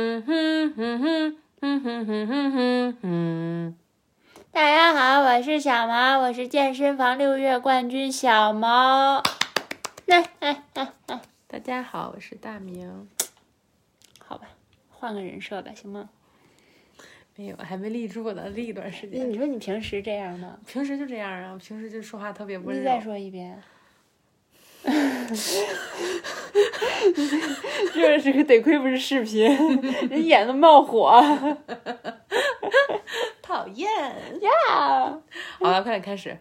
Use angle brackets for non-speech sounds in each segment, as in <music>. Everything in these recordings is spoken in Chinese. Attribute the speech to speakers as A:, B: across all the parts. A: 哼哼哼哼哼哼哼哼哼。
B: 大家好，我是小毛，我是健身房六月冠军小毛。那哎哎哎，
A: 大家好，我是大明。
B: 好吧，换个人设吧，行吗？
A: 没有，还没立住呢，立一段时间。
B: 你说你平时这样吗？
A: 平时就这样啊，平时就说话特别温
B: 你
A: 柔
B: 再。说一遍。 <laughs> 这是得亏不是视频，人眼都冒火。
A: 讨厌。好了，快点开始。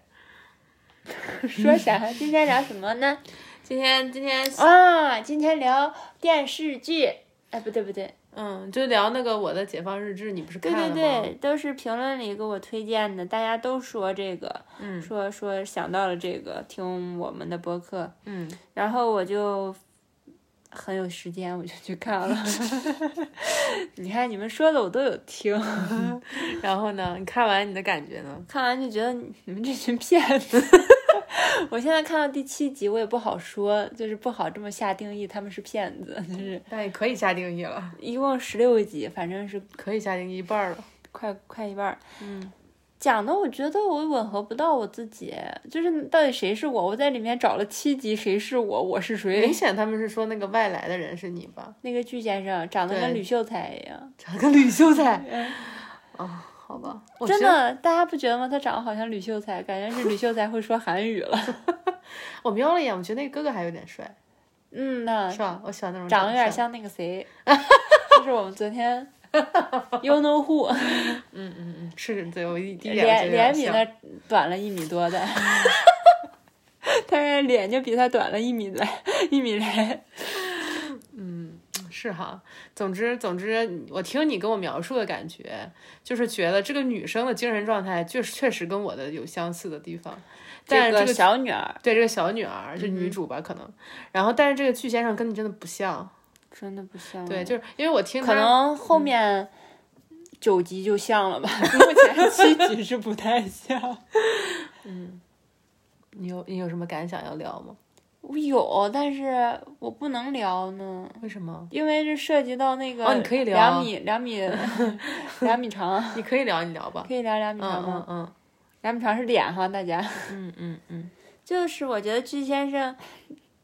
B: 说啥？今天聊什么呢？
A: 今天今天
B: 啊，今天聊电视剧。哎，不对不对，
A: 嗯，就聊那个我的解放日志，你不是看
B: 对
A: 了
B: 对
A: 吗？
B: 对，都是评论里给我推荐的，大家都说这个，
A: 嗯
B: 说说想到了这个，听我们的播客，
A: 嗯，
B: 然后我就很有时间，我就去看了。 <laughs> 你看你们说的我都有听，
A: 然后呢，你看完你的感觉呢？
B: 看完就觉得你们这群骗子。 <laughs> 我现在看到第七集，我也不好说，就是不好这么下定义他们是骗子，就是
A: 但也可以下定义了，
B: 一共十六集，反正是
A: 可以下定义一半了。
B: 快快一半儿
A: 嗯，
B: 讲的，我觉得我吻合不到我自己，就是到底谁是我？我在里面找了七集，谁是我？我是谁
A: 明？显他们是说那个外来的人是你吧？
B: 那个具先生长得跟
A: 对
B: 吕秀才一样，
A: <laughs> 长个吕秀
B: <laughs>
A: 才。哦，好吧，我
B: 嗯真
A: 觉得
B: 的，大家不觉得吗？他长得好像吕秀才，感觉是吕秀才会说韩语
A: <laughs>
B: 了。
A: 我瞄了一眼，我觉得那个哥哥还有点帅，
B: 嗯呐，
A: 是啊吧？我喜欢那种
B: 长得有点
A: 相。
B: 像那
A: <laughs>
B: 个谁，就是我们昨天 you know who
A: <laughs> 嗯嗯嗯，是，对我一第一眼就
B: 脸
A: 有
B: 脸
A: 点
B: 比
A: 像。
B: 他短了一米多
A: <laughs>
B: 的，但是脸就比他短了一米来一米来。
A: 是哈，总之总之，我听你跟我描述的感觉，就是觉得这个女生的精神状态确实确实跟我的有相似的地方， <laughs> 但是这
B: 这
A: 个、
B: 个小嗯女儿
A: 对这个小女儿，就女主吧，可能，然后但是这个巨先生跟你真的不像，
B: 真的不像，
A: 对，就是因为我听他
B: 可
A: 嗯
B: 能后面九集就像了吧， <laughs> 目前七集是不太像。
A: 你有你有什么感想要聊吗？
B: 我有，但是我不能聊呢，
A: 为什么？
B: 因为这涉及到那个
A: 哦你可以聊
B: 两米两
A: <laughs>
B: 米两米长，
A: 你可以聊，你聊吧。
B: 可以聊两米
A: 嗯
B: 长吗？
A: 嗯嗯
B: 两米长是脸哈，大家。 <laughs>
A: 嗯嗯嗯，
B: 就是我觉得巨先生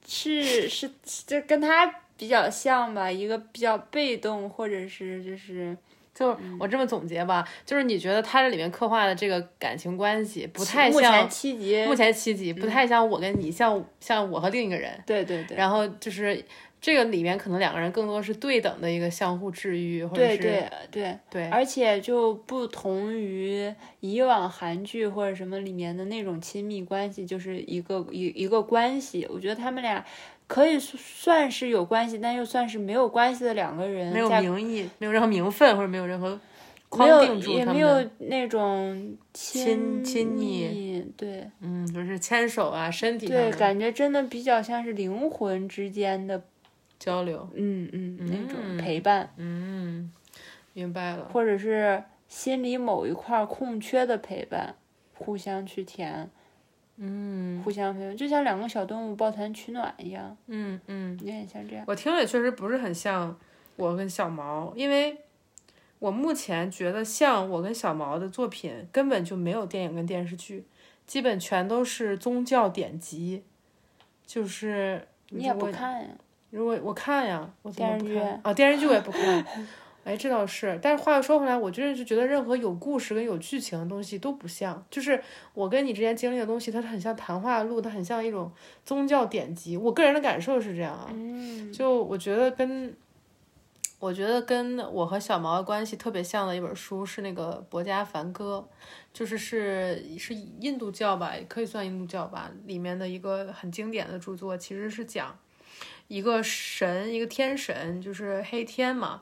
B: 是是就跟他比较像吧，一个比较被动，或者是就是
A: 就是
B: 嗯
A: 我这么总结吧，就是你觉得他这里面刻画的这个感情关系不
B: 不
A: 太
B: 目前
A: 像
B: 七集，
A: 目前七集，不太像我跟你，像像我和另一个人。
B: 对对对。
A: 然后就是这个里面可能两个人更多是对等的一个相互治愈，或者
B: 对
A: 是
B: 对对，
A: 对
B: 而且就不同于以往韩剧或者什么里面的那种亲密关系，就是一个一一个关系。我觉得他们俩可以算是有关系，但又算是没有关系的两个人，
A: 没有
B: 在
A: 名义，没有任何名分，或者没有任何框
B: 没有
A: 定住
B: 也
A: 他们
B: 没有
A: 的。
B: 那种
A: 亲
B: 亲
A: 亲昵
B: 昵，对
A: 嗯，就是牵手啊，身体上
B: 对，
A: 的
B: 感觉真的比较像是灵魂之间的，
A: 交流。
B: 嗯嗯，那种
A: 嗯
B: 陪伴，
A: 嗯，明白了。
B: 或者是心里某一块空缺的陪伴，互相去填。
A: 嗯
B: 互相陪伴，就像两个小动物抱团取暖一样，
A: 嗯嗯，
B: 有点像这样。
A: 我听着确实不是很像我跟小毛，因为。我目前觉得像我跟小毛的作品根本就没有电影跟电视剧，基本全都是宗教典籍，就是
B: 你也
A: 如果
B: 不看呀？
A: 如果我看呀，我怎么
B: 电视
A: 不
B: 剧
A: 看啊？电视剧我也不看。
B: <laughs>
A: 哎，这倒是，但是话又说回来，我真的是觉得任何有故事跟有剧情的东西都不像，就是我跟你之间经历的东西，它很像谈话录，它很像一种宗教典籍。我个人的感受是这样啊，
B: 嗯，
A: 就我觉得跟，我觉得跟我和小毛的关系特别像的一本书是那个《博家梵歌》，就是是是印度教吧，也可以算印度教吧，里面的一个很经典的著作，其实是讲一个神，一个天神，就是黑天嘛。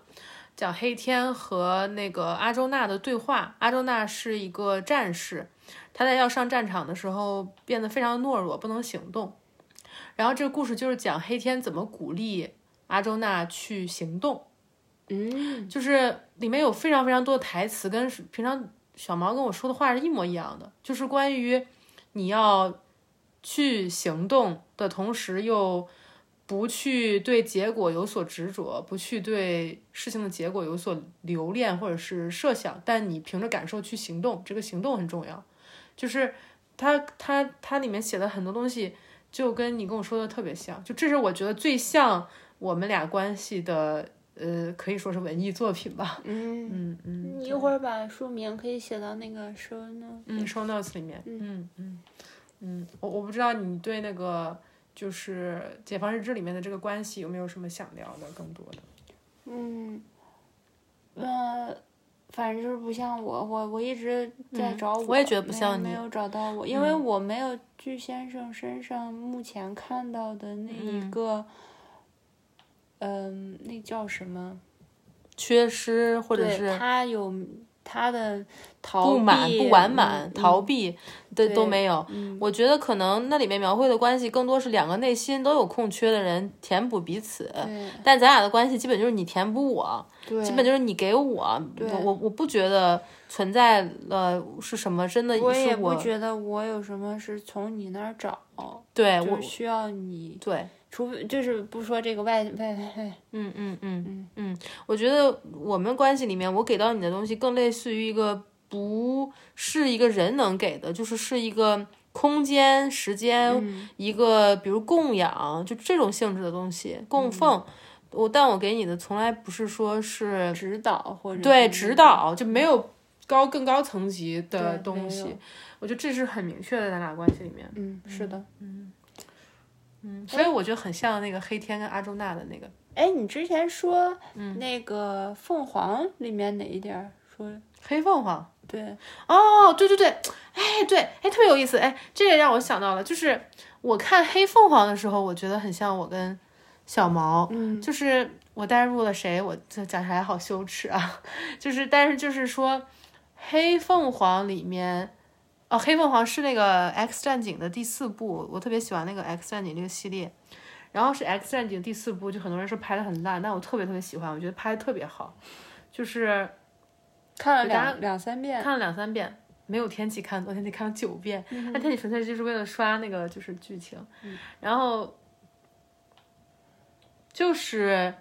A: 讲黑天和那个阿周那的对话。阿周那是一个战士，他在要上战场的时候变得非常懦弱，不能行动。然后这个故事就是讲黑天怎么鼓励阿周那去行动，
B: 嗯，
A: 就是里面有非常非常多的台词，跟平常小毛跟我说的话是一模一样的，就是关于你要去行动的同时又不去对结果有所执着，不去对事情的结果有所留恋或者是设想，但你凭着感受去行动，这个行动很重要。就是它它它里面写的很多东西，就跟你跟我说的特别像，就这是我觉得最像我们俩关系的，呃，可以说是文艺作品吧。
B: 嗯
A: 嗯嗯，
B: 你一会儿把书名可以写到那个 show note。
A: 嗯，show notes 里面，嗯嗯嗯，我我不知道你对那个就是《解放日志》里面的这个关系有没有什么想聊的更多的？
B: 嗯，呃，反正就是不像我，我我一直在
A: 嗯
B: 找
A: 我也觉得不
B: 没有
A: 像
B: 没
A: 你嗯
B: 有找到我，因为我没有巨先生身上目前看到的那一个，嗯、那叫什么？
A: 缺失或者
B: 对
A: 是
B: 他有他的逃
A: 不满、
B: 避
A: 不完满、
B: 嗯
A: 逃避的
B: 对嗯
A: 都没有。我觉得可能那里面描绘的关系更多是两个内心都有空缺的人填补彼此。
B: 嗯
A: 但咱俩的关系基本就是你填补我，
B: 对
A: 基本就是你给我，我我不觉得存在了是什么真的
B: 对，我也
A: 是
B: 不
A: 我
B: 觉得我有什么是从你那儿找，
A: 对
B: 就
A: 哎我
B: 是需要你，
A: 对
B: 除非就是不说这个外外外，
A: 嗯嗯嗯嗯，我觉得我们关系里面，我给到你的东西更类似于一个不是一个人能给的，就是是一个空间、时间，
B: 嗯
A: 一个比如供养，就这种性质的东西，供奉。
B: 嗯
A: 我但我给你的从来不是说是
B: 指导或者
A: 对
B: 是
A: 指导，就没有高更高层级的
B: 对
A: 东
B: 没
A: 西
B: 有。
A: 我觉得这是很明确的，咱俩关系里面，
B: 嗯，是的。
A: 嗯，所以我觉得很像那个黑天跟阿周那的那个
B: 哎，你之前说
A: 嗯
B: 那个凤凰里面哪一点儿说
A: 黑凤凰。
B: 对？
A: 哦，对对对，哎对，哎特别有意思，哎这也让我想到了，就是我看黑凤凰的时候，我觉得很像我跟小毛，
B: 嗯，
A: 就是我带入了谁，我这讲起来好羞耻啊， <laughs> 就是但是就是说黑凤凰里面。哦，黑凤凰是那个《X 战警》的第四部，我特别喜欢那个《X 战警》这个系列。然后是《X 战警》第四部，就很多人说拍的很烂，但我特别特别喜欢，我觉得拍的特别好。就是
B: 看了
A: 给大
B: 两两三遍。
A: 看了两三遍，没有天气看，昨天得看了九遍。
B: 嗯
A: 那、天气纯粹就是为了刷那个就是剧情，然后就是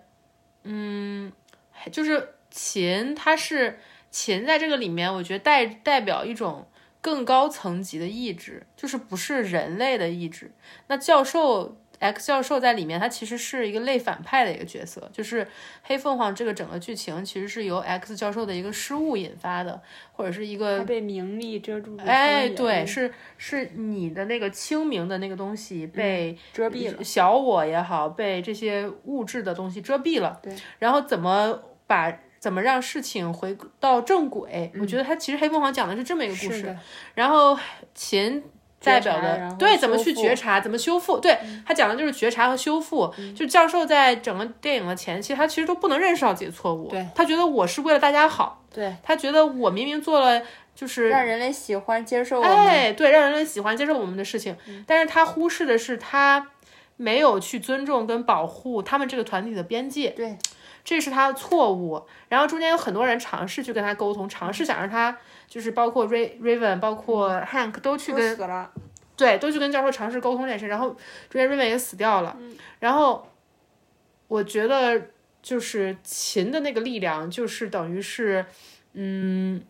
A: 嗯，还就是琴，它是琴在这个里面，我觉得代代表一种。更高层级的意志，就是不是人类的意志。那教授 X 教授在里面，他其实是一个类反派的一个角色，就是黑凤凰这个整个剧情其实是由 X 教授的一个失误引发的，或者是一个
B: 它被名利遮住了双眼，
A: 哎，对，是是你的那个清明的那个东西被
B: 遮蔽了。
A: 小我也好，被这些物质的东西遮蔽了。
B: 对，
A: 然后怎么把怎么让事情回到正轨？我觉得他其实黑凤凰讲的是这么一个故
B: 是
A: 事。
B: 的，
A: 然后琴代表
B: 觉察然
A: 的
B: 后
A: 对怎么
B: 修
A: 去
B: 复嗯
A: 觉察，怎么修复？对他讲的就是觉察和修复。就教授在整个电影的前期，他其实都不能认识到自己的错误。
B: 对，
A: 他觉得我是为了大家好，
B: 对，
A: 他觉得我明明做了就是
B: 让人类喜欢接受我们。嗯
A: 哎，对，让人喜欢接受我们的事情，但是他忽视的是他没有去尊重跟保护他们这个团体的边界，
B: 对，
A: 这是他的错误。然后中间有很多人尝试去跟他沟通，尝试想让他就是包括 Ray Raven，包括
B: 嗯
A: Hank 都去
B: 都
A: 跟
B: 死了。
A: 对，都去跟教授尝试沟通这件事，然后中间瑞文也死掉了，
B: 嗯
A: 然后我觉得就是琴的那个力量，就是等于是，嗯，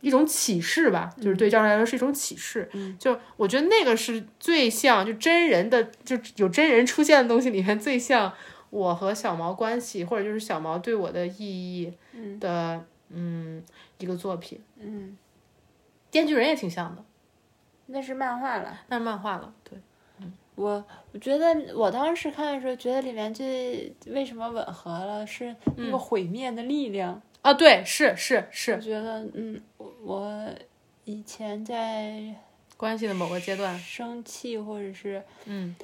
A: 一种启示吧，就是
B: 嗯
A: 对教授来说是一种启示，就我觉得那个是最像就真人的，就有真人出现的东西里面最像我和小毛关系，或者就是小毛对我的意义的，嗯，一个作品，
B: 嗯，
A: 电锯人也挺像的，
B: 那是漫画了。
A: 但是漫画了，对。
B: 我我觉得我当时看的时候，觉得里面最为什么吻合了是那
A: 嗯
B: 个毁灭的力量。
A: 啊，对，是是是
B: 我觉得，嗯，我我以前在
A: 关系的某个阶段，
B: 生气或者是
A: 嗯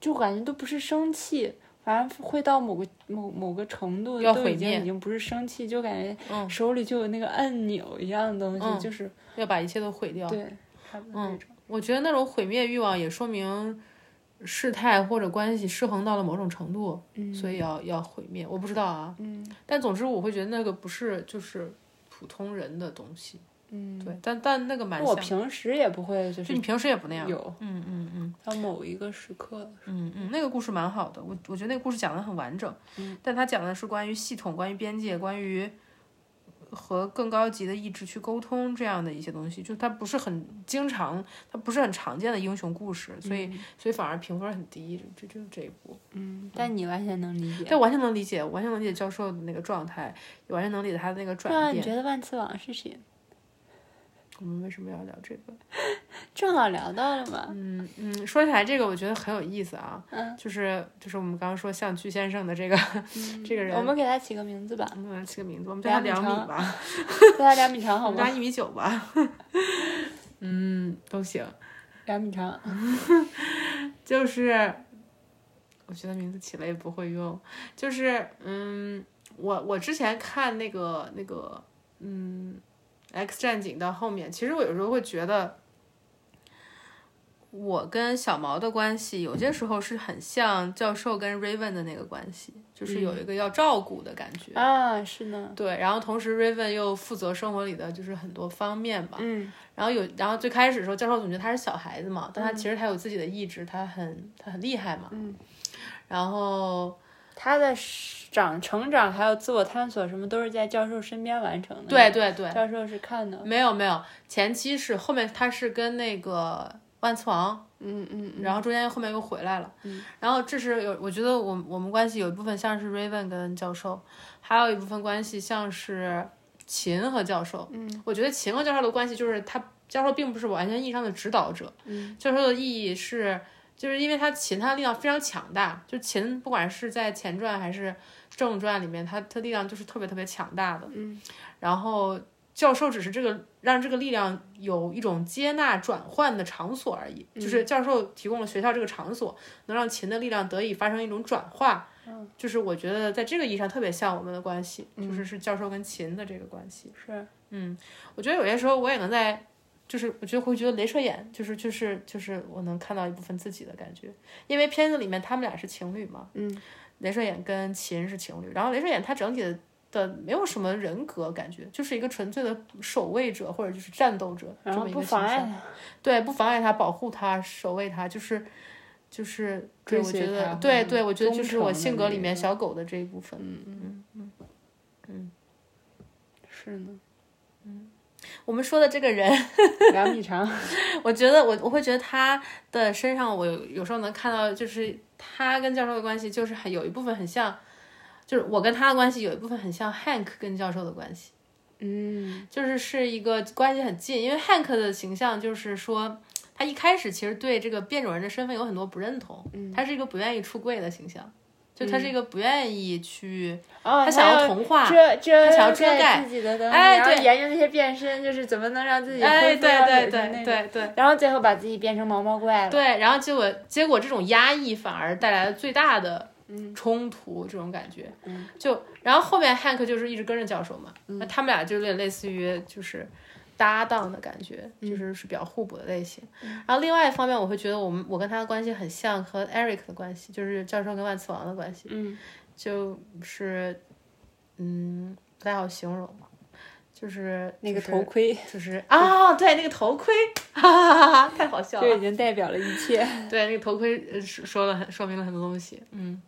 B: 就感觉都不是生气，反正会到某个某某个程度，
A: 要
B: 都
A: 毁
B: 已经
A: 灭
B: 已经不是生气，就感觉
A: 嗯
B: 手里就有那个按钮一样的东西，
A: 嗯
B: 就是
A: 要把一切都毁掉。嗯
B: 对，差不多那种。
A: 我觉得那种毁灭欲望也说明事态或者关系失衡到了某种程度，
B: 嗯
A: 所以要要毁灭。我不知道啊，
B: 嗯
A: 但总之我会觉得那个不是就是普通人的东西，
B: 嗯，
A: 对，但但那个蛮
B: 我
A: 像，
B: 平时也不会，就
A: 就是你平时也不那样。
B: 有
A: 嗯嗯嗯
B: 到某一个时刻，
A: 嗯嗯，那个故事蛮好的，我我觉得那个故事讲的很完整。嗯，但它讲的是关于系统、关于边界、关于和更高级的意志去沟通这样的一些东西，就它不是很经常，它不是很常见的英雄故事，所以、所以反而评分很低，就就就这一部。
B: 嗯，但你完全能理解。
A: 嗯但我完全能理解，我完全能理解教授的那个状态，也完全能理解他的那个转
B: 那啊你
A: 变。
B: 觉得万磁王是谁？
A: 我们为什么要聊这个？
B: 正好聊到了嘛。
A: 嗯嗯，说起来这个，我觉得很有意思啊。嗯，就是就是我们刚刚说像居先生的这个、 <laughs> 这个
B: 我
A: 人，
B: 们给他起个名字嗯吧，
A: 我们起个名字，我们叫他两
B: 梁
A: 米
B: 米长
A: 吧，
B: 叫他梁米长
A: 我
B: 好
A: 们 <laughs>
B: 吗
A: 叫？他一米九吧。嗯，都行。
B: 梁米长，
A: 就是我觉得名字起了也不会用，就是嗯，我我之前看那个那个嗯，《X 战警》到后面，其实我有时候会觉得。我跟小毛的关系，有些时候是很像教授跟 Raven 的那个关系，就是有一个要照顾的感觉。
B: 啊，是呢，
A: 对，然后同时 Raven 又负责生活里的就是很多方面吧。
B: 嗯，
A: 然后有，然后最开始的时候，教授总觉得他是小孩子嘛，但他其实他有自己的意志，他很他很厉害嘛。嗯。然后
B: 他的长成长还有自我探索什么都是在教授身边完成的。
A: 对，对对，
B: 教授是看的，
A: 没有没有，前期是后面他是跟那个万磁王，
B: 嗯嗯
A: 然后中间后面又回来了。嗯。然后这是有，我觉得我我们关系有一部分像是 Raven 跟教授，还有一部分关系像是秦和教授。嗯。我觉得秦和教授的关系就是他教授并不是完全意义上的指导者。
B: 嗯
A: 教授的意义是，就是因为他琴他的力量非常强大，就琴不管是在前传还是正传里面，他他力量就是特别特别强大的。
B: 嗯，
A: 然后教授只是这个让这个力量有一种接纳转换的场所而已，就是教授提供了学校这个场所，能让琴的力量得以发生一种转化。嗯，就是我觉得在这个意义上特别像我们的关系，就是是教授跟琴的这个关系。
B: 是，
A: 嗯，我觉得有些时候我也能在，就是我觉得会觉得镭射眼，就是就是就是我能看到一部分自己的感觉，因为片子里面他们俩是情侣嘛，
B: 嗯，
A: 镭射眼跟秦是情侣，然后镭射眼他整体的的没有什么人格感觉，就是一个纯粹的守卫者或者就是战斗者这
B: 然后
A: 么一
B: 不
A: 个
B: 妨
A: 形
B: 碍
A: 象，
B: 他
A: 对，不妨碍他，保护他，守卫他，就是。就是对，
B: 追
A: 我
B: 随
A: 觉得
B: 他
A: 对
B: 或者
A: 对，我觉得就
B: 忠
A: 是我
B: 诚的
A: 性格
B: 那
A: 里
B: 一
A: 面
B: 个
A: 小狗的这一部分。
B: 是
A: <laughs>
B: 呢，
A: 我们说的这个人
B: 梁米长，
A: <laughs> 我觉得我我会觉得他的身上，我有有时候能看到，就是他跟教授的关系，就是很有一部分很像，就是我跟他的关系有一部分很像 Hank 跟教授的关系，
B: 嗯
A: 就是是一个关系很近。因为 Hank 的形象就是说，他一开始其实对这个变种人的身份有很多不认同，
B: 嗯
A: 他是一个不愿意出柜的形象，就他是一个不愿意去，
B: 哦，
A: 他想要
B: 要
A: 同化，
B: 遮遮
A: 他想要遮
B: 盖
A: 盖
B: 自己的能力，
A: 哎
B: 然后
A: 对
B: 研究那些变身，就是怎么能让自己
A: 哎，
B: 恢
A: 对
B: 复到
A: 对
B: 本身
A: 对
B: 那个
A: 对对。
B: 然后最后把自己变成毛毛怪了。
A: 对，然后结果结果这种压抑反而带来了最大的冲突，这种感觉。
B: 嗯
A: 就然后后面汉克就是一直跟着教授嘛，那、他们俩就有点类似于就是搭档的感觉，
B: 嗯
A: 就是是比较互补的类型。然后另外一方面，我会觉得我们我跟他的关系很像和 Eric 的关系，就是教授跟万磁王的关系，
B: 嗯
A: 就是嗯不太好形容。就是
B: 那个
A: 就是
B: 头盔
A: 就是啊、对，那个头盔， <laughs> 哈哈哈哈，太好笑了
B: 就。已经代表了一切。
A: 对，那个头盔呃说说了很说明了很多东西，嗯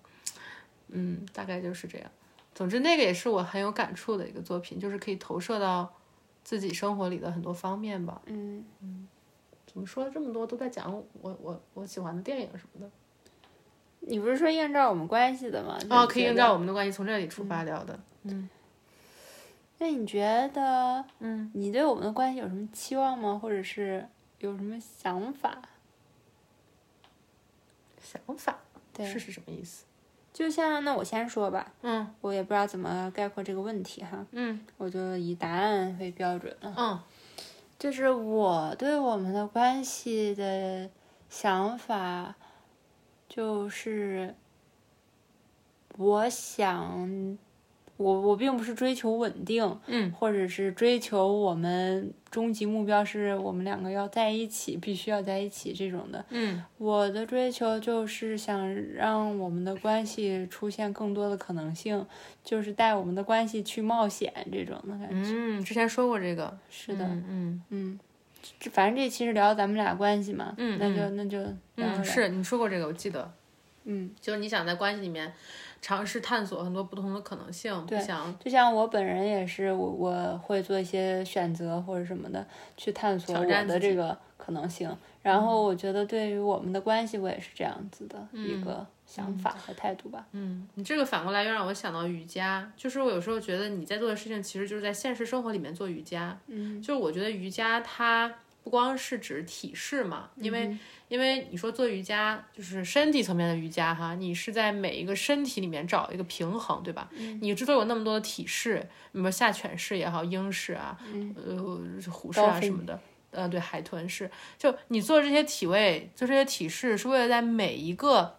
A: 嗯，大概就是这样。总之，那个也是我很有感触的一个作品，就是可以投射到自己生活里的很多方面吧。
B: 嗯，
A: 怎么说了这么多，都在讲我我我喜欢的电影什么的
B: 你不是说映照我们关系的吗？
A: 啊、
B: 就
A: 可以
B: 觉
A: 映
B: 得。
A: 照我们的关系从这里出发聊的。
B: 那你觉得，
A: 嗯，
B: 你对我们的关系有什么期望吗？或者是有什么想法？
A: 想法
B: 对，
A: 是是什么意思？
B: 就像那我先说吧，
A: 嗯
B: 我也不知道怎么概括这个问题哈，
A: 嗯
B: 我就以答案为标准。
A: 嗯
B: 就是我对我们的关系的想法，就是我想我我并不是追求稳定，嗯，或者是追求我们终极目标是我们两个要在一起，必须要在一起这种的，嗯，我的追求就是想让我们的关系出现更多的可能性，就是带我们的关系去冒险这种的感觉。
A: 嗯，之前说过这个，
B: 是的，
A: 嗯
B: 嗯，这反正这期是聊咱们俩关系嘛，
A: 嗯
B: 那就那就聊聊
A: 嗯，是你说过这个，我记得。
B: 嗯，
A: 就是你想在关系里面尝试探索很多不同的可能性，不想
B: 就像我本人也是，我我会做一些选择或者什么的，去探索
A: 挑
B: 我
A: 战
B: 的
A: 自嗯
B: 这个可能性。然后我觉得对于我们的关系，我也是这样子的一个想法和态度吧。
A: 嗯，你这个反过来又让我想到瑜伽，就是我有时候觉得你在做的事情，其实就是在现实生活里面做瑜伽。嗯，就是我觉得瑜伽它不光是指体式嘛，因
B: 嗯
A: 为、因为你说做瑜伽就是身体层面的瑜伽哈，你是在每一个身体里面找一个平衡，对吧？
B: 嗯
A: 你之所以有那么多的体式，比如说下犬式也好，鹰式啊，呃，虎式
B: 嗯高
A: 啊
B: 飞
A: 什么的。呃，对，海豚式，就你做这些体位，做这些体式，是为了在每一个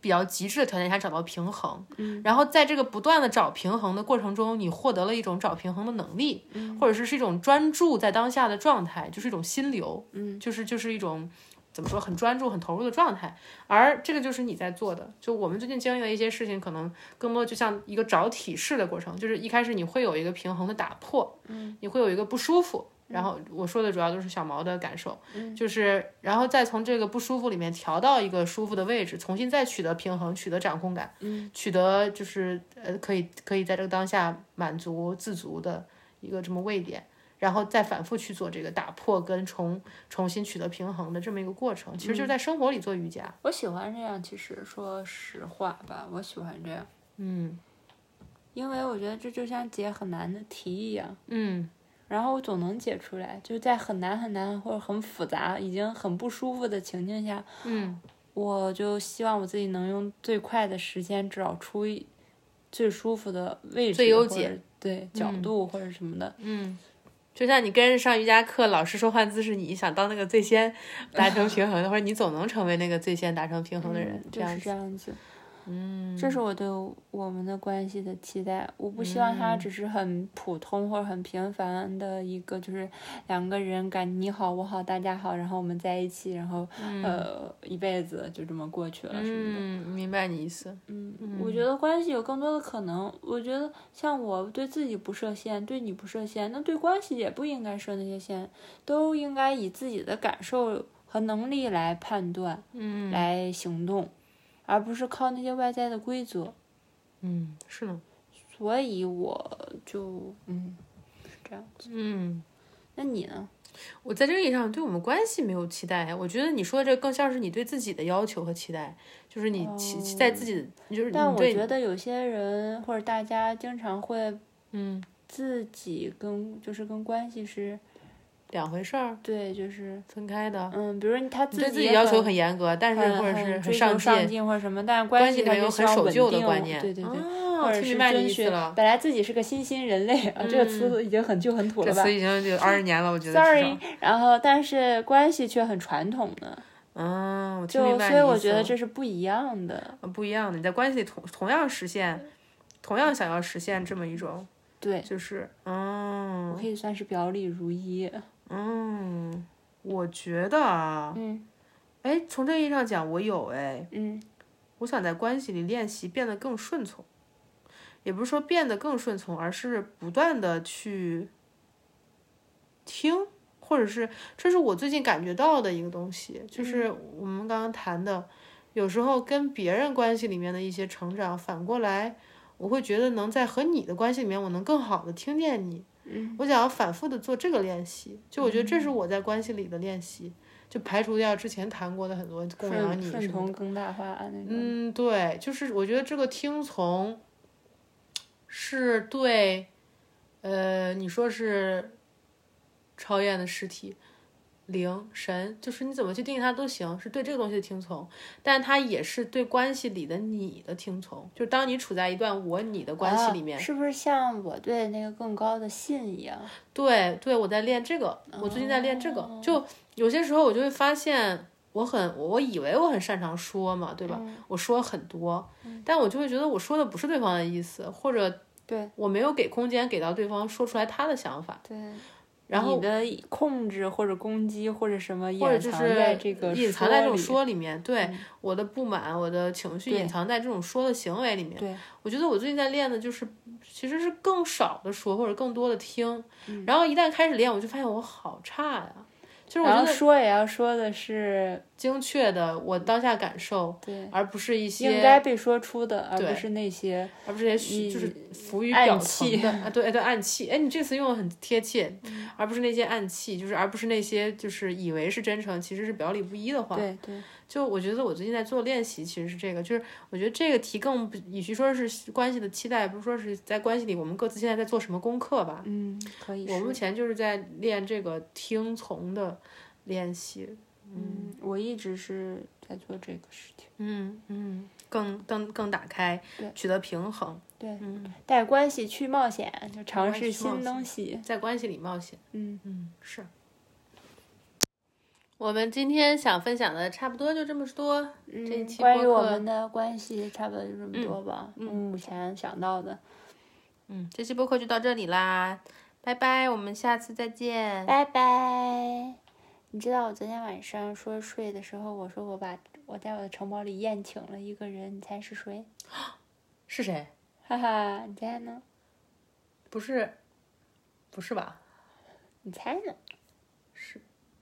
A: 比较极致的条件下找到平衡，
B: 嗯
A: 然后在这个不断的找平衡的过程中，你获得了一种找平衡的能力，或者是是一种专注在当下的状态，就是一种心流，嗯，就是就是一种怎么说很专注、很投入的状态。而这个就是你在做的，就我们最近经历的一些事情，可能更多就像一个找体式的过程，就是一开始你会有一个平衡的打破，嗯，你会有一个不舒服。然后我说的主要就是小毛的感受，就是然后再从这个不舒服里面调到一个舒服的位置，重新再取得平衡，取得掌控感，嗯，取得就是呃可以可以在这个当下满足自足的一个这么位点，然后再反复去做这个打破跟重重新取得平衡的这么一个过程，其实就是在生活里做瑜伽，
B: 我喜欢这样，其实说实话吧，我喜欢这样，
A: 嗯
B: 因为我觉得这就像解很难的题一样。
A: 嗯
B: 然后我总能解出来，就是在很难很难或者很复杂、已经很不舒服的情境下，
A: 嗯
B: 我就希望我自己能用最快的时间找出一最舒服的位置，
A: 最优解
B: 或者，对角度或者什么的。
A: 嗯，就像你跟上瑜伽课，老师说换姿势，你想当那个最先达成平衡的， <laughs> 或者你总能成为那个最先达成平衡的人，这
B: 嗯就
A: 样
B: 是
A: 子
B: 这样子。嗯，这是我对我们的关系的期待。我不希望
A: 嗯
B: 它只是很普通或者很平凡的一个，就是两个人感你好我好大家好，然后我们在一起，然后、呃一辈子就这么过去了什么的。
A: 嗯，明白你意思。
B: 嗯，我觉得关系有更多的可能。我觉得像我对自己不设限，对你不设限，那对关系也不应该设那些限，都应该以自己的感受和能力来判断，嗯，来行动，而不是靠那些外在的规则。
A: 嗯，是呢。
B: 所以我就嗯，是这样子。
A: 嗯，
B: 那你呢？
A: 我在这个意义上对我们关系没有期待，我觉得你说的这更像是你对自己的要求和期待，就是你期期待自己，就是
B: 但
A: 你
B: 我
A: 对
B: 觉得有些人或者大家经常会
A: 嗯
B: 自己跟就是跟关系是
A: 两回事儿
B: 对就是。
A: 分开的。
B: 嗯，比如他
A: 啊你
B: 自
A: 对
B: 己
A: 己
B: 也
A: 要
B: 很
A: 求很严格，但是
B: 很
A: 或者
B: 很
A: 是很
B: 追求上
A: 进，
B: 进或者什么，但是关
A: 关
B: 系
A: 系里
B: 它
A: 面
B: 就
A: 有
B: 需
A: 很
B: 要
A: 守
B: 稳
A: 旧的
B: 定
A: 观念。
B: 对对对，
A: 哦，
B: 或者
A: 听
B: 是
A: 明白你
B: 遵
A: 意思
B: 循
A: 了。嗯
B: 本来自己是个新新人类啊，这个词已经很旧很土
A: 这
B: 了吧
A: 词已经有二十年了，我觉得至
B: ？Sorry，
A: 少。
B: 然后但是关系却很传统的，
A: 嗯，我听
B: 就
A: 明白
B: 所以
A: 你意
B: 我
A: 思
B: 觉得
A: 了
B: 这是不一样的。
A: 呃不一样的，你在关系里同同样实现，同样想要实现这么一种，
B: 对，
A: 就是嗯。
B: 我可以算是表里如一。
A: 嗯，我觉得啊，
B: 嗯
A: 哎，从这意义上讲，我有哎，
B: 嗯
A: 我想在关系里练习变得更顺从，也不是说变得更顺从，而是不断的去听，或者是这是我最近感觉到的一个东西，就是我们刚刚谈的，有时候跟别人关系里面的一些成长，反过来。我会觉得能在和你的关系里面，我能更好的听见你。嗯，我想要反复的做这个练习，就我觉得这是我在关系里的练习，就排除掉之前谈过的很多供养
B: 顺
A: 你
B: 顺
A: 什么
B: 从更大化啊那种。
A: 嗯，对，就是我觉得这个听从是对，呃，你说是超验的实体、灵、神，就是你怎么去定义它都行，是对这个东西的听从，但它也是对关系里的你的听从。就当你处在一段我你的关系里面，
B: 啊是不是像我对那个更高的信一样？哦
A: 对对，我在练这个，我最近在练这个。就有些时候我就会发现，我很我以为我很擅长说嘛，对吧？
B: 嗯
A: 我说很多，但我就会觉得我说的不是对方的意思，或者
B: 对
A: 我没有给空间给到对方说出来他的想法，
B: 对，
A: 然后
B: 你的控制或者攻击或者什么
A: 或者
B: 隐
A: 就
B: 藏
A: 是
B: 在这个
A: 隐藏
B: 说
A: 在这种
B: 里嗯
A: 说里面，对、我的不满、我的情绪隐藏在这种说的行为里面。
B: 对，
A: 我觉得我最近在练的就是，其实是更少的说或者更多的听，
B: 嗯
A: 然后一旦开始练，我就发现我好差呀、就是我
B: 然
A: 觉
B: 后
A: 得
B: 说也要说的是
A: 精确的我当下感受，
B: 呃对
A: 而不是一些
B: 应该被说出的，而
A: 对
B: 不是那些
A: 而不是也许就是浮于
B: 暗
A: 表层
B: 器
A: 的嗯啊，对对暗器，哎，你这词用的很贴切，而不是那些暗器，就是而不是那些就是以为是真诚，其实是表里不一的话。
B: 对对
A: 就我觉得我最近在做练习，其实是这个，就是我觉得这个题更不，与其说是关系的期待，不如说是在关系里我们各自现在在做什么功课吧。
B: 嗯可以
A: 我
B: 是
A: 目前就是在练这个听从的练习，
B: 嗯我一直是在做这个事情，
A: 嗯嗯，更更更打开
B: 对，
A: 取得平衡，
B: 对
A: 嗯，
B: 带关系去冒险，就尝
A: 关系
B: 试
A: 去冒
B: 新东西，
A: 在关系里冒险。
B: 嗯
A: 嗯，是。我们今天想分享的差不多就这么多。这一
B: 嗯
A: 期
B: 关于
A: 播
B: 我
A: 客
B: 们的关系差不多就这么多吧，嗯目前想到的，
A: 嗯，这期播客就到这里啦，拜拜，我们下次再见。
B: 拜拜。你知道我昨天晚上说睡的时候，我说我把我在我的城堡里宴请了一个人，你猜是谁？
A: 是谁？
B: 哈哈，你猜呢？
A: 不是，不是吧？
B: 你猜呢？
A: 是